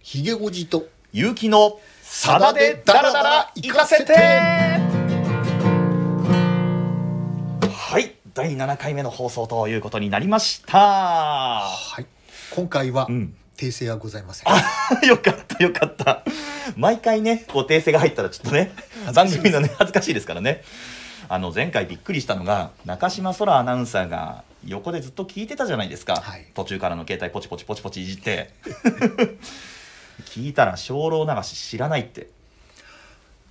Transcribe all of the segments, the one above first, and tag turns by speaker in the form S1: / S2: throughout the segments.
S1: ひげごじと
S2: 勇気のさだでダラダラ行かせてはい第7回目の放送ということになりました
S1: はい今回は、
S2: うん
S1: 訂正はございません
S2: よかったよかった毎回ねこう訂正が入ったらちょっとね番組のね恥ずかしいですからねあの前回びっくりしたのが中島空アナウンサーが横でずっと聞いてたじゃないですか、
S1: はい
S2: 途中からの携帯ポチポチポチポチいじって 聞いたら精霊流し知らないって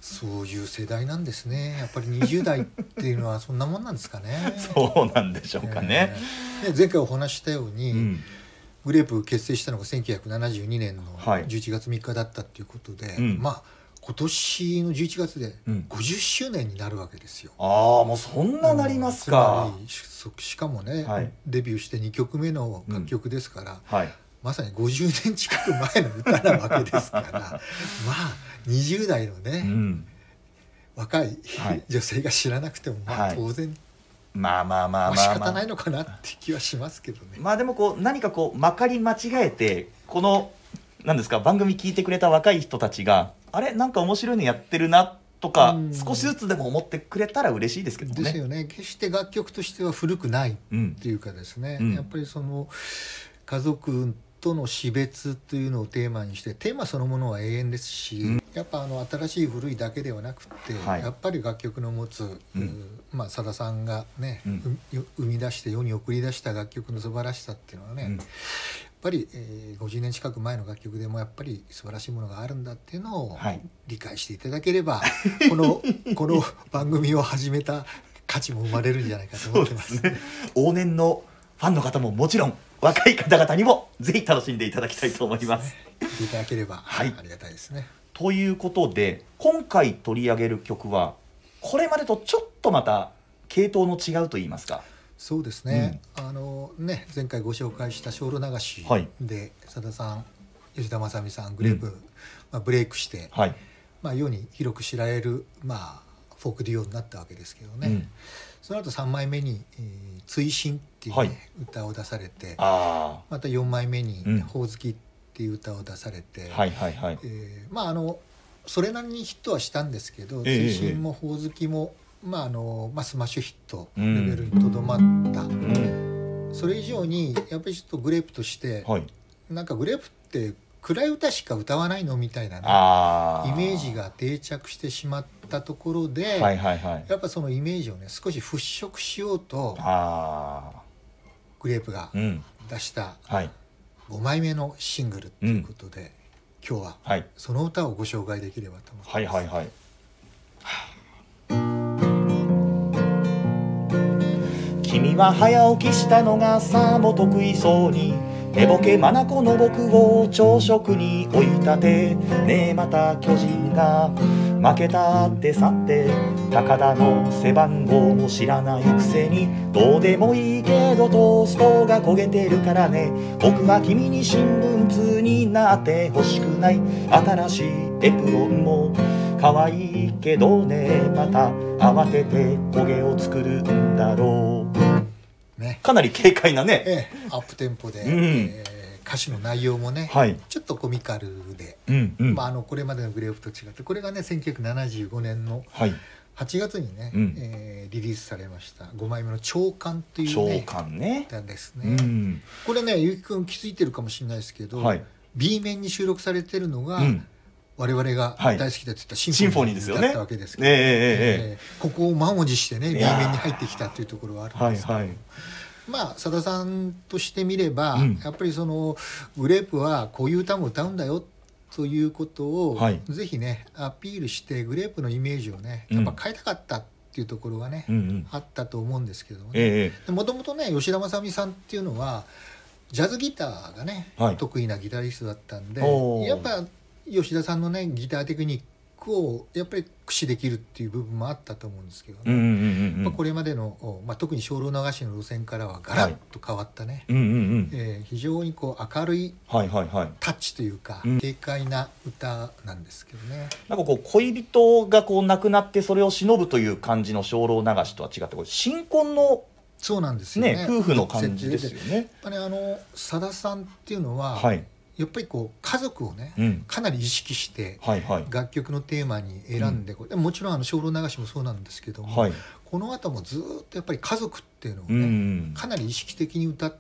S1: そういう世代なんですねやっぱり20代っていうのは そんなもんなんですかね
S2: そうなんでしょうかね、
S1: えーで前回お話ししたように、
S2: うん
S1: グレープ結成したのが1972年の
S2: はい
S1: 11月3日だったっていうことで、
S2: うん
S1: まあ今年の11月で
S2: うん
S1: 50周年になるわけですよ。
S2: ああもうそんななります
S1: う
S2: か
S1: んつ、まりそしかもね、
S2: はい
S1: デビューして2曲目の楽曲ですから、
S2: はい
S1: まさに50年近く前の歌なわけですから まあ20代のね、
S2: うん
S1: 若い
S2: はい
S1: 女性が知らなくても、ま
S2: は
S1: あ、
S2: い
S1: 当然、
S2: まあまあま
S1: ま
S2: あ
S1: あ、
S2: まあ、
S1: 仕
S2: まあ、
S1: 方ないのかなって気はしますけどね。
S2: まあでもこう何かこうまかり間違えてこのなんですか番組聞いてくれた若い人たちがあれなんか面白いのやってるなとか
S1: うん
S2: 少しずつでも思ってくれたら嬉しいですけど
S1: です
S2: ね。
S1: よね決して楽曲としては古くない
S2: うん
S1: っていうかですね、
S2: うん
S1: やっぱりその家族との死別というのをテーマにしてテーマそのものは永遠ですし、
S2: うん
S1: やっぱあの新しい古いだけではなくって、
S2: はい
S1: やっぱり楽曲の持つ、
S2: うん
S1: うんまあ、さださんがね、
S2: うん
S1: う生み出して世に送り出した楽曲の素晴らしさっていうのはね、
S2: うん
S1: やっぱり、えー50年近く前の楽曲でもやっぱり素晴らしいものがあるんだっていうのを
S2: はい
S1: 理解していただければ、こ のこの番組を始めた価値も生まれるんじゃないかと
S2: そ
S1: 思っ
S2: う
S1: て
S2: で
S1: ます。
S2: すね。往年のファンの方ももちろん若い方々にもぜひ楽しんでいただきたいと思います。
S1: 聞いていただければ、
S2: はい
S1: ありがたいですね。
S2: ということで今回取り上げる曲はこれまでとちょっとまた系統の違うと言いますか。
S1: そうですね。あのね前回ご紹介した小路流し
S2: はい
S1: でさだ、さん、吉田正美さんグレープ、まあブレイクして、
S2: はい。
S1: まあ世に広く知られるまあフォークデュオになったわけですけどね。
S2: うん
S1: その後三枚目に、えー追伸っていうね、
S2: はい
S1: 歌を出されて、
S2: あ
S1: また四枚目に、
S2: うん
S1: ほおずきっていう歌を出されて、
S2: あ。はいはいはい。
S1: えーまああのそれなりにヒットはしたんですけど、
S2: ええ
S1: 追伸もほおずきも、まああのまあ、スマッシュヒット
S2: う
S1: レ
S2: ん
S1: ベルにとどまった、
S2: うん。
S1: それ以上にやっぱりちょっとグレープとして、
S2: はい。
S1: なんかグレープって暗い歌しか歌わないのみたいなね、
S2: ああ。
S1: イメージが定着してしまったところで、
S2: はいはいはい。
S1: やっぱそのイメージをね少し払拭しようと
S2: ああ。
S1: グレープが
S2: うん。
S1: 出した
S2: はい。
S1: 5枚目のシングルっていうことで、今日は
S2: はい。
S1: その歌をご紹介できればと思います。
S2: はいはいはい。君は早起きしたのがさも得意そうに寝ぼけ眼の僕を朝食に追い立てねえまた巨人が負けたって去って高田の背番号も知らないくせにどうでもいいけどトーストが焦げてるからね僕は君に新聞通になってほしくない新しいエプロンも可愛いけどねまた慌てて焦げを作るんだろう
S1: ね
S2: かなり軽快なね
S1: ええ、アップテンポで、
S2: ん
S1: えー歌詞の内容もね、
S2: はい
S1: ちょっとコミカルで、
S2: うんうん
S1: まあ、あのこれまでのグレープと違ってこれがね1975年の
S2: はい
S1: 8月にね、
S2: うん
S1: えーリリースされました5枚目の「長官」っていう
S2: 長
S1: ね
S2: 官ね
S1: 歌です
S2: う
S1: ね、
S2: ん
S1: これねゆうきくん気づいてるかもしれないですけど、
S2: はい
S1: B 面に収録されてるのが、
S2: うん
S1: 我々が
S2: は
S1: 大
S2: い
S1: 好きだって言ったシ
S2: シン
S1: ン
S2: フ
S1: フ
S2: ォ
S1: ォ
S2: ニ
S1: ニ
S2: ー
S1: ーで
S2: で
S1: すす
S2: よ
S1: よ
S2: ね
S1: ね。だったわけですけど、
S2: えええええ
S1: え
S2: え
S1: ーここを満を持してね
S2: い
S1: B
S2: やー
S1: 面に入ってきたっていうところはあるん
S2: はい
S1: ですけど、
S2: はい
S1: まあさださんとしてみれば、
S2: うん
S1: やっぱりそのグレープはこういう歌も歌うんだよということを、
S2: はい
S1: ぜひねアピールしてグレープのイメージをね
S2: うん
S1: やっぱ変えたかったっていうところがね、
S2: うんうん
S1: あったと思うんですけどもね。
S2: ええ
S1: もともとね吉田正美さんっていうのはジャズギターがね、
S2: はい
S1: 得意なギタリストだったんで
S2: おー
S1: やっぱ吉田さんのねギターテクニックをやっぱり駆使できるっていう部分もあったと思うんですけどね、
S2: うんうんうんう
S1: まあ、
S2: ん
S1: これまでの、おまあ、特に精霊流しの路線からはガラッと変わったね、
S2: うんうんうん
S1: えー非常にこう明るい
S2: はいはいはい
S1: タッチというか、
S2: うん
S1: 軽快な歌なんですけどね
S2: なんかこう恋人がこう亡くなってそれを忍ぶという感じの精霊流しとは違ってこれ新婚の
S1: そうなんですよね
S2: ね夫婦の感じですよ
S1: やっ
S2: ね
S1: ぱねあのさださんっていうのは、
S2: はい
S1: やっぱりこう家族をね、
S2: うん
S1: かなり意識して
S2: はいはい
S1: 楽曲のテーマに選んで、これでももちろんあの「精霊流し」もそうなんですけども、
S2: はい
S1: この後もずーっとやっぱり家族っていうのを
S2: う
S1: ね、
S2: ん
S1: かなり意識的に歌っ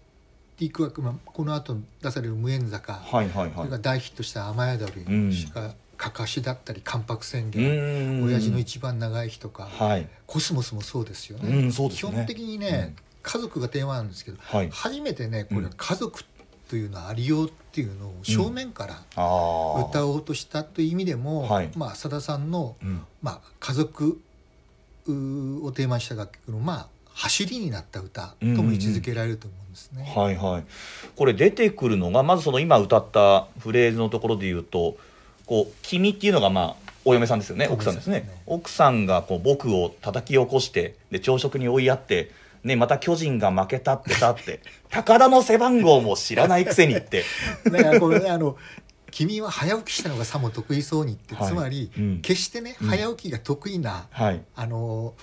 S1: ていくわけ、まあ、この後出される「無縁坂」
S2: はいはい
S1: それか
S2: は
S1: ら大ヒットした「雨宿り」
S2: うん
S1: しか「かかし」だったり「関白宣
S2: い
S1: 言」
S2: ん
S1: 親父の一番長い日」とか
S2: はい
S1: 「コスモス」もそうですよ
S2: う
S1: ね。
S2: んそうです
S1: 基
S2: ね
S1: 本的にね、家族がテーマなんですけど
S2: はい
S1: 初めてねこ
S2: う
S1: れ
S2: ん
S1: 家族というのはありようっていうのを正面から
S2: ああ
S1: 歌おうとしたという意味でも、
S2: はい
S1: まあさださんの、
S2: うん
S1: まあ、家族うーをテーマにした楽曲のまあ走りになった歌とも位置づけられると思うんですね。
S2: はいはい、これ出てくるのがまずその今歌ったフレーズのところで言うとこう君っていうのがまあお嫁さんですよね
S1: お
S2: 奥
S1: 嫁
S2: さ
S1: さん
S2: んで
S1: ですす
S2: ね
S1: ね
S2: 奥さんがこう僕を叩き起こしてで朝食に追いやって、ね、また巨人が負けたってさって 高田の背番号も知らないくせにって
S1: だからこれねあの君は早起きしたのがさも得意そうにって、
S2: はい
S1: つまり、
S2: うん
S1: 決してね
S2: うん
S1: 早起きが得意な、
S2: はい、
S1: あの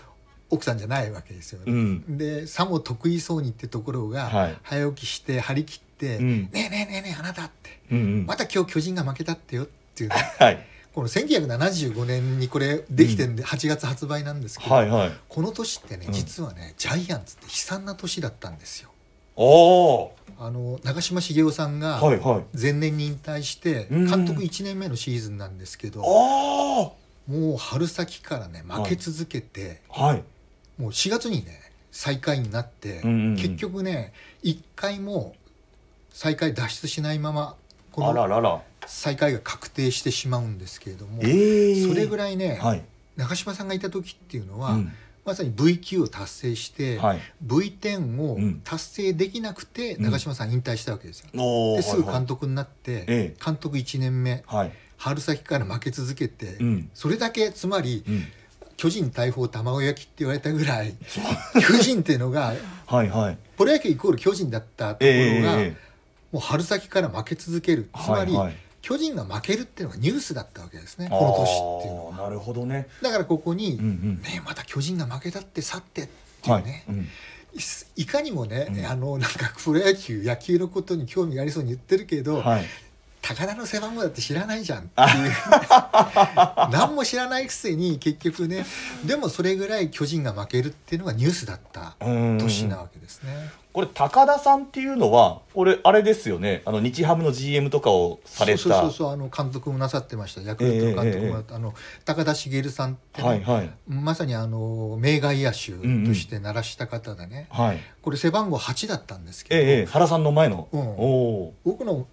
S1: 奥さんじゃないわけですよ
S2: う
S1: ね。
S2: ん
S1: でさも得意そうにってところが、
S2: はい
S1: 早起きして張り切って「
S2: うん
S1: ねえねえねえねえあなた」って
S2: うんう
S1: 「
S2: ん
S1: また今日巨人が負けたってよ」っていうね、
S2: はい、
S1: この1975年にこれできてんで、8月発売なんですけど、
S2: はいはい
S1: この年ってね
S2: うん
S1: 実はね、ジャイアンツって悲惨な年だったんですよ。
S2: おー
S1: あの長嶋茂雄さんが
S2: はいはい
S1: 前年に引退して
S2: うん
S1: 監督1年目のシーズンなんですけど、
S2: あ
S1: もう春先からね負け続けて、
S2: ーはい
S1: もう4月にね最下位になって、
S2: うんうんうん
S1: 結局ね1回も最下位脱出しないままこ
S2: あ
S1: の
S2: ららら
S1: 最下位が確定してしまうんですけれども、
S2: えー、
S1: それぐ
S2: ら
S1: らいね、
S2: はい、
S1: 中島さんがいた時っていうの
S2: う
S1: は、
S2: ん
S1: まさに V 級を達成して、
S2: はい、
S1: V10 を
S2: うん
S1: 達成できなくて
S2: うん
S1: 中島さん引退したわけですよ。
S2: おー
S1: ですぐ
S2: はいはい
S1: 監督になって、
S2: ええ
S1: 監督1年目
S2: はい。
S1: 春先から負け続けて、
S2: うん。
S1: それだけつまり
S2: うん。
S1: 巨人大砲卵焼きって言われたぐらい巨人っていうのが
S2: はいはい。
S1: プロ野球イコール巨人だったところが、
S2: え
S1: もう春先から負け続ける
S2: え
S1: つまり、
S2: はいはい
S1: 巨人が負けるっていうのがニュースだったわけですね
S2: あー
S1: この年っていうのは。
S2: なるほどね。
S1: だからここに、
S2: うんうん。
S1: ねえまた巨人が負けたって去ってってい
S2: は
S1: う
S2: い
S1: ね、。
S2: うん
S1: いすいかにもね、
S2: うん
S1: あのなんかプロ野球野球のことに興味がありそうに言ってるけど、
S2: はい。
S1: 高田の背番号だって知らないじゃんっていう 何も知らないくせに結局ねでもそれぐらい巨人が負けるっていうのがニュースだった
S2: うん
S1: 年なわけですね。
S2: これ高田さんっていうのはこれあれですよねあの日ハムの GM とかをされた
S1: そうそうそうそうあの監督もなさってましたヤクルトの監督もなったあの高田茂さんってね、
S2: はいはい
S1: まさにあの名外野手として鳴らした方でね、
S2: はい
S1: これ背番号8だったんですけ
S2: え
S1: ど、
S2: えええ原さんの前の、
S1: うん
S2: お
S1: 僕の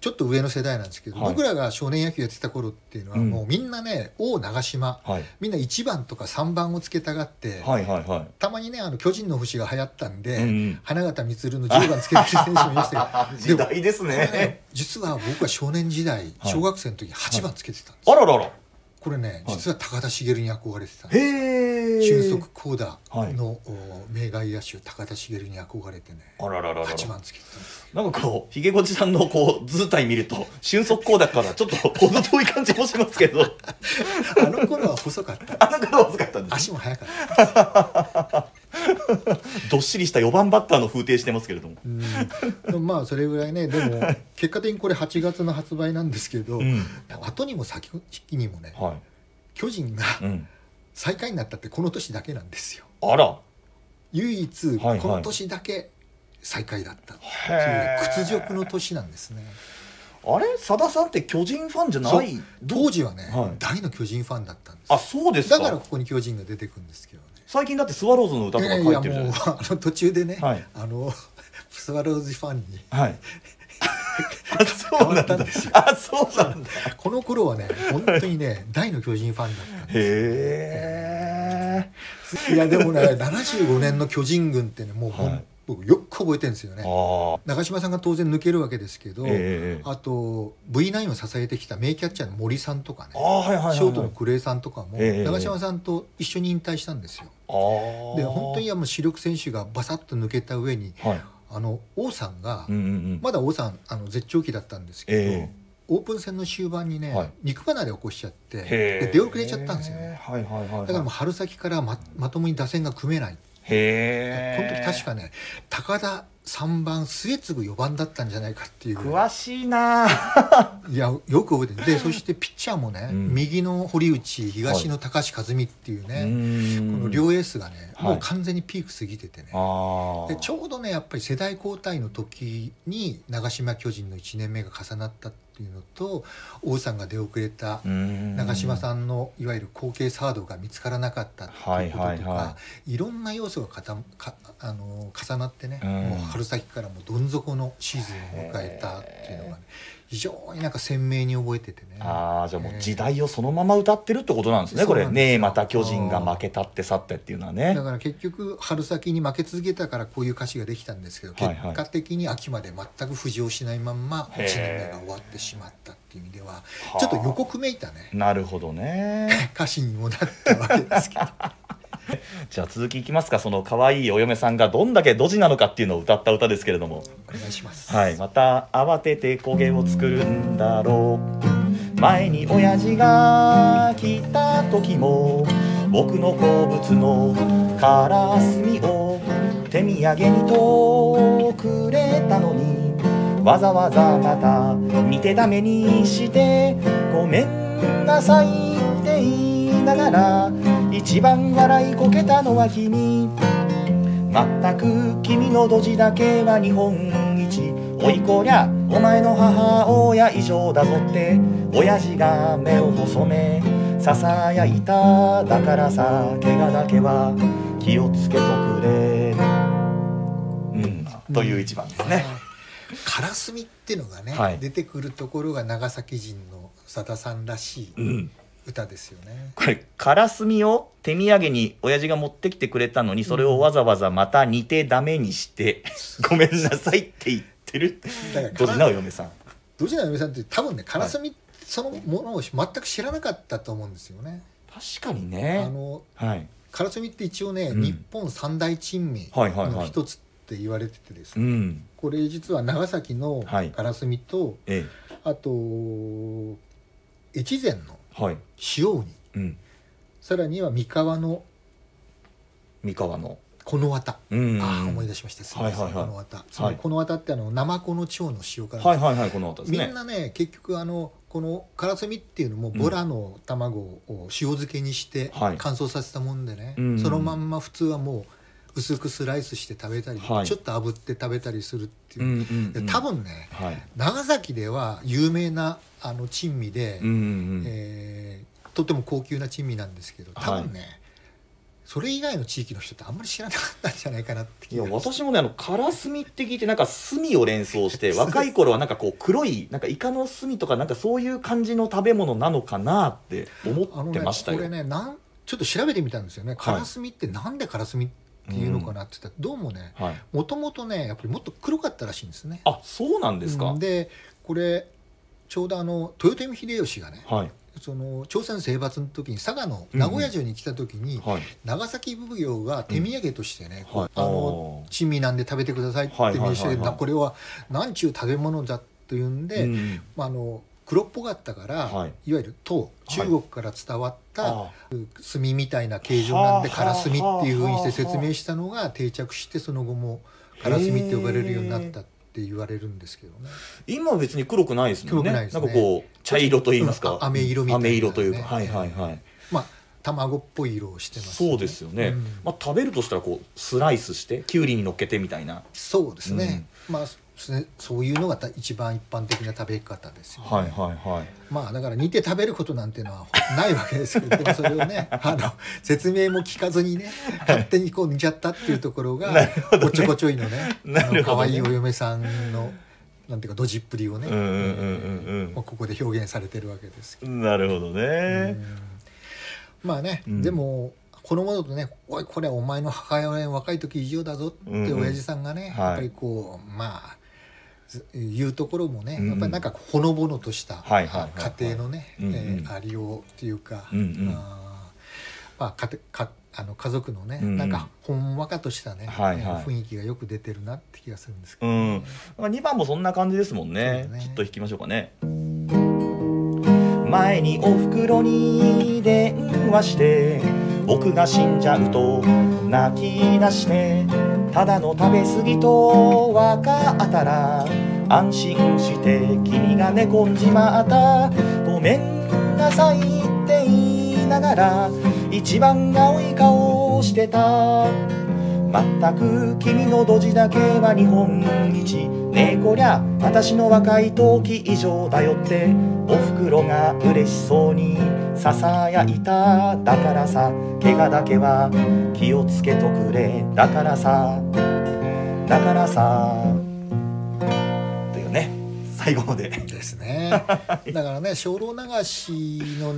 S1: ちょっと上の世代なんですけど、
S2: はい
S1: 僕らが少年野球やってた頃っていうのは、
S2: うん
S1: もうみんなね王長嶋
S2: ーはい
S1: みんな1番とか3番をつけたがって、
S2: はいはいは
S1: たまにねあの巨人の星が流行ったんで、
S2: い、うんうん、
S1: 花形満の10番つけてる選手もいましたけど
S2: 時代です
S1: でもこれ
S2: ね
S1: ね実は僕は少年時代
S2: はい
S1: 小学生の時8番つけてたんです、
S2: あららら
S1: これね実は高田茂に憧れてたんです、
S2: へえ
S1: 俊足高打の、お名外野手高田茂に憧れてね
S2: あららららら
S1: 8番つけてたんです
S2: なんかこう、ひげごちさんのこう、図体見ると、俊足高だから、ちょっと程遠い感じもします けど、
S1: あの頃は細かった
S2: あの頃は遅かったんです。
S1: 足も速かった
S2: どっしりした4番バッターの風景してますけれども。
S1: うんでもまあそれぐらいねでも結果的にこれ8月の発売なんですけど、
S2: うん。
S1: 後にも先にもね
S2: は
S1: 巨人が
S2: い。うん。
S1: 最下位になったってこの年だけなんですよ
S2: あら。
S1: 唯一
S2: はいはい
S1: この年だけ最下位だったってい
S2: へー
S1: う屈辱の年なんですね
S2: あれさださんって巨人ファンじゃない
S1: 当時はね、
S2: はい
S1: 大の巨人ファンだったんです
S2: あ、そうですか。
S1: だからここに巨人が出てくるんですけどね
S2: 最近だってスワローズの歌とか書い
S1: いや
S2: てるじゃな
S1: も
S2: いで
S1: う
S2: す
S1: あの途中でね、
S2: か。はい。
S1: あのスワローズファンに
S2: はい。あ、そうな
S1: 変わっ
S2: ん
S1: た
S2: だ
S1: んですよ。
S2: あ、そうなんだ。
S1: この頃はね本当に ね大の巨人ファンだったんです
S2: へえ。
S1: いやでもね75年の巨人軍ってねもう、ほん
S2: はい
S1: 僕よく覚えてるんですよ
S2: あ
S1: ね
S2: あ。
S1: 長嶋さんが当然抜けるわけですけど、
S2: ええ。
S1: あと V9 を支えてきた名キャッチャーの森さんとかね
S2: あ、はいはいはいはい。
S1: ショートの呉さんとかも
S2: ええ
S1: 長嶋さんと一緒に引退したんですよ。
S2: ああ。
S1: で本当にはもう主力選手がバサッと抜けた上に
S2: はい。
S1: あの王さんが、
S2: うんうんうん。
S1: まだ王さんあの絶頂期だったんですけど、
S2: え
S1: オープン戦の終盤にね、
S2: はい
S1: 肉離れを起こしちゃって
S2: え
S1: で出遅れちゃったんですよね。
S2: はいはいはいは
S1: だ
S2: い。
S1: からもう春先からままともに打線が組めない
S2: へ
S1: この時
S2: え。
S1: 確かね高田3番末継ぐ4番だったんじゃないかっていうぐらい
S2: 詳しいなあ
S1: いやよく覚えてるでそしてピッチャーもね、
S2: うん
S1: 右の堀内東の高橋和美っていう
S2: う
S1: ね、
S2: ん
S1: この両エースがね、
S2: はい
S1: もう完全にピーク過ぎててね
S2: あ
S1: でちょうどねやっぱり世代交代の時に長島巨人の1年目が重なったっていうのと王さんが出遅れた長
S2: 長
S1: 島さ
S2: ん
S1: んのいわゆる後継サードが見つからなかったっていうこととか、
S2: はい
S1: い
S2: はいは
S1: ろんな要素がかたかあの重なってね、
S2: うん
S1: もう春先からもうどん底のシーズンを迎えたっていうのが、ね、非常になんか鮮明に覚えててね。
S2: あーじゃあもう時代をそのまま歌ってるってことなんですね、
S1: そう
S2: こ
S1: なんで
S2: れ
S1: すよ
S2: ねえまた巨人が負けたって去ってっていうのはね
S1: だから結局春先に負け続けたからこういう歌詞ができたんですけど
S2: はいはい
S1: 結果的に秋まで全く浮上しないまんま1
S2: へー
S1: 年目が終わってしまったっていう意味ではちょっと予告めいたね
S2: なるほどね
S1: 歌詞にもなったわけです けど
S2: じゃあ続きいきますかその可愛いお嫁さんがどんだけドジなのかっていうのを歌った歌ですけれども
S1: お願いします。
S2: はい、また慌てて焦げを作るんだろう前に親父が来た時も僕の好物のカラスミを手土産にとくれたのにわざわざまた見てダメにしてごめんなさいって言いながら一番笑いこけたのは君全く君のドジだけは日本一おいこりゃお前の母親以上だぞって親父が目を細めささやいただからさ怪我だけは気をつけとくれうんという一番ですね、
S1: カラスミってのがね、
S2: はい
S1: 出てくるところが長崎人のさださんらしい
S2: うん、
S1: 歌ですよね。
S2: これカラスミを手土産に親父が持ってきてくれたのにそれをわざわざまた煮てダメにして 「ごめんなさい」って言ってる
S1: だか
S2: ド
S1: ら
S2: ジ
S1: カ
S2: な
S1: ラ
S2: お嫁さん
S1: どちらの嫁さんって多分ねカラスミそのものを全く知らなかったと思うんですよね。
S2: 確かに
S1: あ
S2: ね
S1: の
S2: はい、
S1: カラスミって一応ね、
S2: うん
S1: 日本三大珍味
S2: はいはいは
S1: の
S2: い
S1: 一つって言われててですね、
S2: うん、
S1: これ実は長崎の
S2: はい
S1: カラスミと、
S2: え
S1: あと越前の
S2: え、はい、
S1: 塩ウニ
S2: うん、
S1: さらには三河の
S2: 三河の、
S1: このわた
S2: うん
S1: ああ思い
S2: 出
S1: 出しましたすません
S2: はいはいはい
S1: このわたそのこのわたってあのナマコの蝶の塩辛です、
S2: はいはいはい、この後です
S1: み
S2: ね。
S1: んなね結局あのこのカラスミっていうのもボラの卵を塩漬けにして
S2: はい
S1: 乾燥させたもんでね、
S2: うん
S1: そのまんま普通はもう薄くスライスして食べたり、
S2: はい
S1: ちょっと炙って食べたりするっていうう、
S2: んうん、うん、
S1: 多、分ね
S2: はい、
S1: 長崎では有名なあの珍味で、
S2: うんうんうん、
S1: えーとても高級な珍味なんですけど多分ね、それ以外の地域の人ってあんまり知らなかったんじゃないかなって
S2: いや私もねあのカラスミって聞いてなんか炭を連 想して若い頃はなんかこう黒いなんかイカの炭とかなんかそういう感じの食べ物なのかなって
S1: あ
S2: 思
S1: の
S2: っ
S1: ね
S2: てました
S1: これ
S2: よ。
S1: ねなんちょっと調べてみたんですよねカラスミってなんでカラスミっていうのかなって言ったら、どうもね
S2: はい。
S1: もともとねやっぱりもっと黒かったらしいんですね。
S2: あそうなんですか。
S1: うんでこれちょうどあの豊臣秀吉がね
S2: はい
S1: その朝鮮征伐の時に佐賀の名古屋城に来た時に、
S2: はい
S1: 長崎奉行が手土産としてね、こう
S2: はい。
S1: あの珍味なんで食べてくださいって
S2: はいはいはいはい
S1: 見せてなこれは何ちゅう食べ物だというん
S2: ー
S1: で、
S2: うん
S1: まあ、あの黒っぽかったから、
S2: はい
S1: い、わゆる唐中国から伝わった
S2: あ
S1: 炭みたいな形状なんで
S2: はあ
S1: カラスミっていうふうにして説
S2: はあは
S1: 明したのが定着してその後もカラスミって呼ばれるようになったって言われるんですけどね。
S2: 今は別に黒くないですもんね。
S1: 黒くないですね
S2: んかこう茶色と言います
S1: う
S2: か
S1: ん。あ飴色みたいなね
S2: 飴色というか。はいはいはい。
S1: まあ卵っぽい色をしてます、
S2: そうですよね、
S1: うん
S2: まあ、食べるとしたらこうスライスしてきゅうりに乗っけてみたいな
S1: そうですね。まあそそういうのがた一番一般的な食べ方ですよね。
S2: はいはい
S1: まあだから煮て食べることなんていうのはないわけですけどでもそれを ねあの説明も聞かずにね勝手にこう煮ちゃったっていうところが
S2: なるほどね
S1: おっちょこちょいのね
S2: なるほどね
S1: あの可愛いお嫁さんのなんていうかドジっぷりをね、
S2: うんうんうんうんうん
S1: まあ、ここで表現されてるわけですけ
S2: なるほど
S1: ど、
S2: ね
S1: うんまあね、
S2: うん
S1: でも子供だとね「おいこれお前の母親若い時異常だぞ」って親父さんがね、
S2: うんはい
S1: やっぱりこうまあず言うところもね、
S2: うん
S1: やっぱりなんかほのぼのとした、
S2: はいはいはいはい
S1: 家庭のね、
S2: うんうん
S1: えーありようっていうか、
S2: うんうん
S1: あーまあ、かてかあの家族のね、
S2: うんうん
S1: なんかほんわかとしたね、
S2: はいはい
S1: えー雰囲気がよく出てるなって気がするんですけ
S2: う
S1: ど、
S2: ん、まあ2番もそんな感じですもんね
S1: そうだね
S2: ちょっと弾きましょうかね前にお袋に電話して僕が死んじゃうと泣き出してただの食べ過ぎと分かったら安心して君が寝込んじまったごめんなさいって言いながら一番青い顔をしてた全く君のドジだけは日本一ねえこりゃ私の若い時以上だよっておふくろが嬉しそうにささやいただからさ怪我だけは気をつけとくれだからさだからさというね最後まで
S1: ですねだからね精霊流しの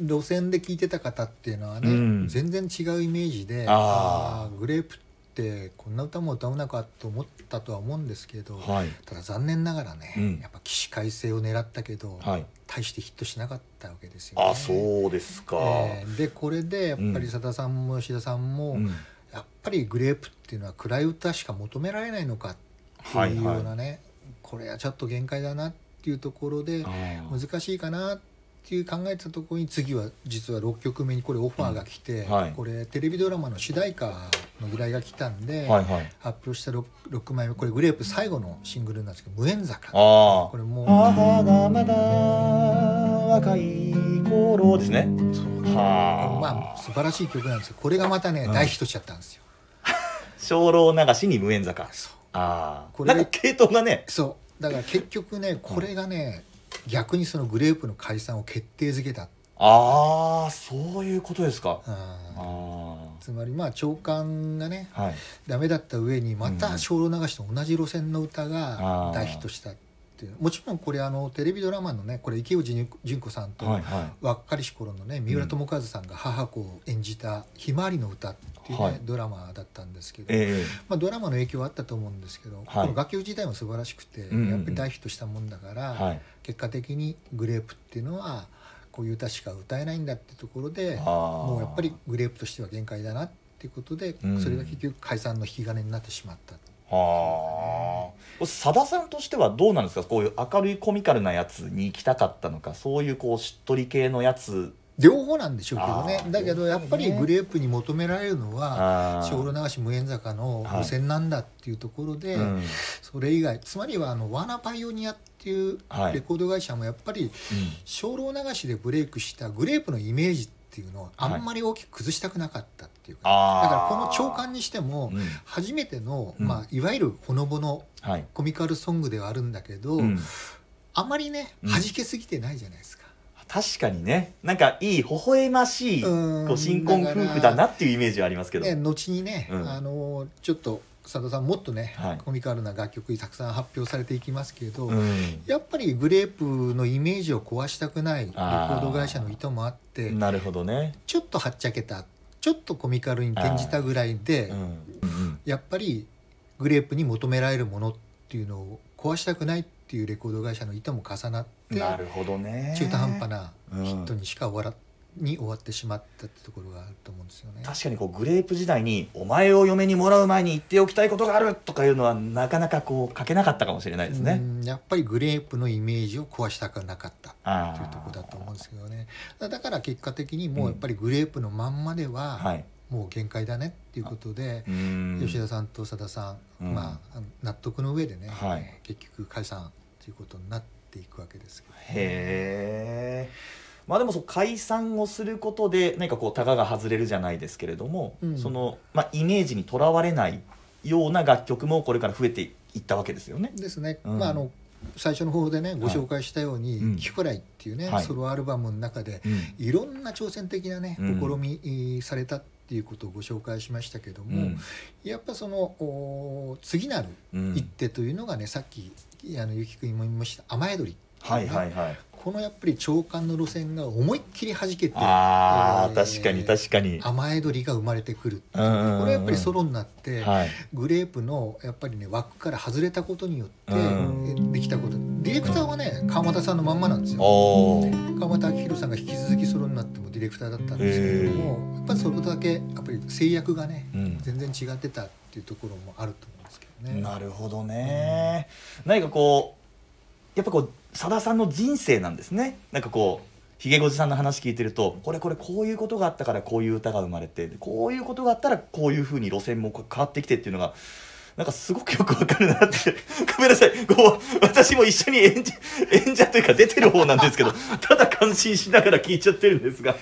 S1: 路線で聞いてた方っていうのはね、
S2: うん
S1: 全然違うイメージで
S2: あー
S1: ーグレープってこんな歌も歌うなかと思ったとは思うんですけど、
S2: はい
S1: ただ残念ながらね、
S2: うん
S1: やっぱ起死回生を狙ったけど、
S2: はい
S1: 大してヒットしなかったわけですよね。
S2: あそうですか、
S1: えーでこれでやっぱ
S2: うん
S1: り佐田さんも吉田さんも、
S2: うん
S1: やっぱりグレープっていうのは暗い歌しか求められないのかって
S2: はい
S1: いう
S2: はい
S1: ようなね、これはちょっと限界だなっていうところで
S2: あー
S1: 難しいかなっていう考えてたところに次は実は6曲目にこれオファーが来て、
S2: うんはい
S1: これテレビドラマの主題歌の依頼が来たんで、
S2: はいはい
S1: 発表した 6, 六枚目これグレープ最後のシングルなんですけど「無縁坂」こ
S2: ああ
S1: れも
S2: 母がまだ若い頃ですねはあ、
S1: まあ素晴らしい曲なんですけどこれがまたね、
S2: うん
S1: 大ヒットしちゃったんですよ。
S2: 精霊流しに無縁坂
S1: そう
S2: ああ
S1: こ
S2: な
S1: れ
S2: んか系統がね
S1: そうだから結局ねこれがね、逆にそのグレープの解散を決定づけた、
S2: ああそういうことですか
S1: うん
S2: ああ
S1: つまりまあ長官がね
S2: はい
S1: ダメだった上にま
S2: うん
S1: た精霊流しと同じ路線の歌
S2: あ
S1: が
S2: ー
S1: 大ヒットしたっていうもちろんこれあのテレビドラマのねこれ池内純子さんと
S2: はいは
S1: 若かりし頃のね三浦友和さんが母子を演じた「ひまわりの歌」っていうね、
S2: はい
S1: ドラマだったんですけど、
S2: え
S1: まあ、ドラマの影響はあったと思うんですけど、
S2: はい
S1: この楽曲自体も素晴らしくて、
S2: んうんうん
S1: やっぱり大ヒットしたもんだから、
S2: えはい
S1: 結果的にグレープっていうのはこういう歌しか歌えないんだってところで
S2: あー
S1: もうやっぱりグレープとしては限界だなっていうことで、
S2: うん
S1: それが結局解散の引き金になってしまった
S2: はあさださんとしてはどうなんですかこういう明るいコミカルなやつに行きたかったのかそういうこうしっとり系のやつ
S1: 両方なんでしょうけど
S2: あ
S1: ね
S2: ー
S1: だけどやっぱりグレープに求められるのは
S2: あ
S1: 精霊流し無縁坂の
S2: はい
S1: 路線なんだっていうところで、
S2: うん
S1: それ以外つまりはあのワーナーパイオニアっていう
S2: はい
S1: レコード会社もやっぱり精霊流しでブレイクしたグレープのイメージっていうのをあんまり大きく崩したくなかったっていうか、
S2: あ
S1: だからこの長官にしても、
S2: うん
S1: 初めての、
S2: うん
S1: まあ、いわゆるほのぼの
S2: はい、
S1: コミカルソングではあるんだけど、
S2: うん
S1: あまりね
S2: うん
S1: 弾けすぎてないじゃないですか。
S2: 確かにねなんかいい微笑ましい
S1: うん
S2: こう新婚夫婦だなっていうイメージはありますけど、
S1: ね、後にね、
S2: うん
S1: あのちょっと佐田さんもっとね、
S2: はい
S1: コミカルな楽曲たくさん発表されていきますけど、
S2: う
S1: やっぱりグレープのイメージを壊したくないレコード会社の意図もあって
S2: ん、なるほどね、
S1: ちょっとはっちゃけたちょっとコミカルに転じたぐらいで、
S2: うんうん
S1: やっぱりグレープに求められるものっていうのを壊したくないっていうレコード会社の意図も重なって
S2: なるほどね
S1: 中途半端な
S2: うん
S1: ヒットにしか終わら、に終わってしまったってところがあると思うんですよね。
S2: 確かにこうグレープ時代に「お前を嫁にもらう前に言っておきたいことがある」とかいうのはなかなかこう書けなかったかもしれないです
S1: う
S2: ね。
S1: んやっぱりグレープのイメージを壊したくなかった
S2: あ
S1: というところだと思うん
S2: う
S1: ですけどねだだから結果的にもうやっぱりグレープのまんまで
S2: は、
S1: はいもう限界だねっていうことで、
S2: うん
S1: 吉田さんと佐田さん、
S2: うん
S1: まあ、あの納得の上でね、
S2: はい
S1: えー結局解散ということになっていくわけですけど
S2: へえまあでもそう解散をすることで何かこうたがが外れるじゃないですけれども、
S1: うん
S2: その、まあ、イメージにとらわれないような楽曲もこれから増えていったわけですよね。
S1: ですね、
S2: うん
S1: まああの最初の方でねご紹介したように「
S2: うん
S1: キュコライ」っていうね、
S2: はい
S1: ソロアルバムの中でいろんな挑戦的なね試
S2: うん
S1: みえーされたっていうことをご紹介しましたけど
S2: う
S1: も、
S2: ん
S1: やっぱそのお次なる
S2: うん
S1: 一手というのがね、さっきあのゆきくんも言いました「雨宿り」
S2: はいはいはい。
S1: このやっぱり長官の路線が思いっきり弾けて
S2: ああ、
S1: えー
S2: 確かに確かに。
S1: 雨宿りが生まれてくる
S2: これ
S1: これやっぱりソロになって、
S2: はい、
S1: グレープのやっぱりね枠から外れたことによって、
S2: うん
S1: できたことディレクターはね川俣さんのまんまなんですよ
S2: おお、
S1: 川俣明宏さんが引き続きソロになってもディレクターだったんですけれどもやっぱりそれだけやっぱり制約がね
S2: うん
S1: 全然違ってたっていうところもあると思うんですけどね。
S2: なるほどね。何かこうやっぱこうさださんの人生なんですね。なんかこうひげごじさんの話聞いてるとこれこれこういうことがあったからこういう歌が生まれてこういうことがあったらこういうふうに路線もこう変わってきてっていうのがなんかすごくよくわかるなって ごめんなさいこう私も一緒に演者演者というか出てる方なんですけどただ感心しながら聞いちゃってるんですが
S1: で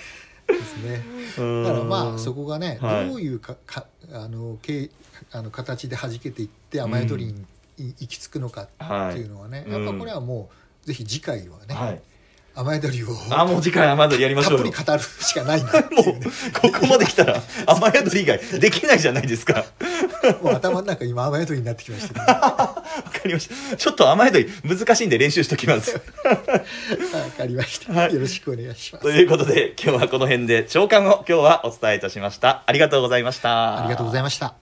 S1: すね。だからまあそ
S2: こ
S1: こがね、
S2: はい
S1: どういうかかあのけあの形で弾けていって甘え取りにい行き着くのかっていうのはね、
S2: はいうん
S1: やっぱこれはもうぜひ次回はね、
S2: はい、
S1: 甘え取りを
S2: あもう次回雨宿りやりましたょ
S1: っ
S2: う
S1: ぷ
S2: よ
S1: り語るしかないなって いうね。
S2: ここまで来たら雨宿り以外できないじゃないですか。わ
S1: もう頭の中今甘え取りになってきましたけど、ね。わ
S2: かりました。ちょっと雨宿り難しいんで練習しと きます。
S1: かりました、
S2: はい
S1: よろしくお願いします
S2: と。いうことで今日はこの辺で長官を今日はお伝えいたしました。ありがとうございました。
S1: ありがとうございました。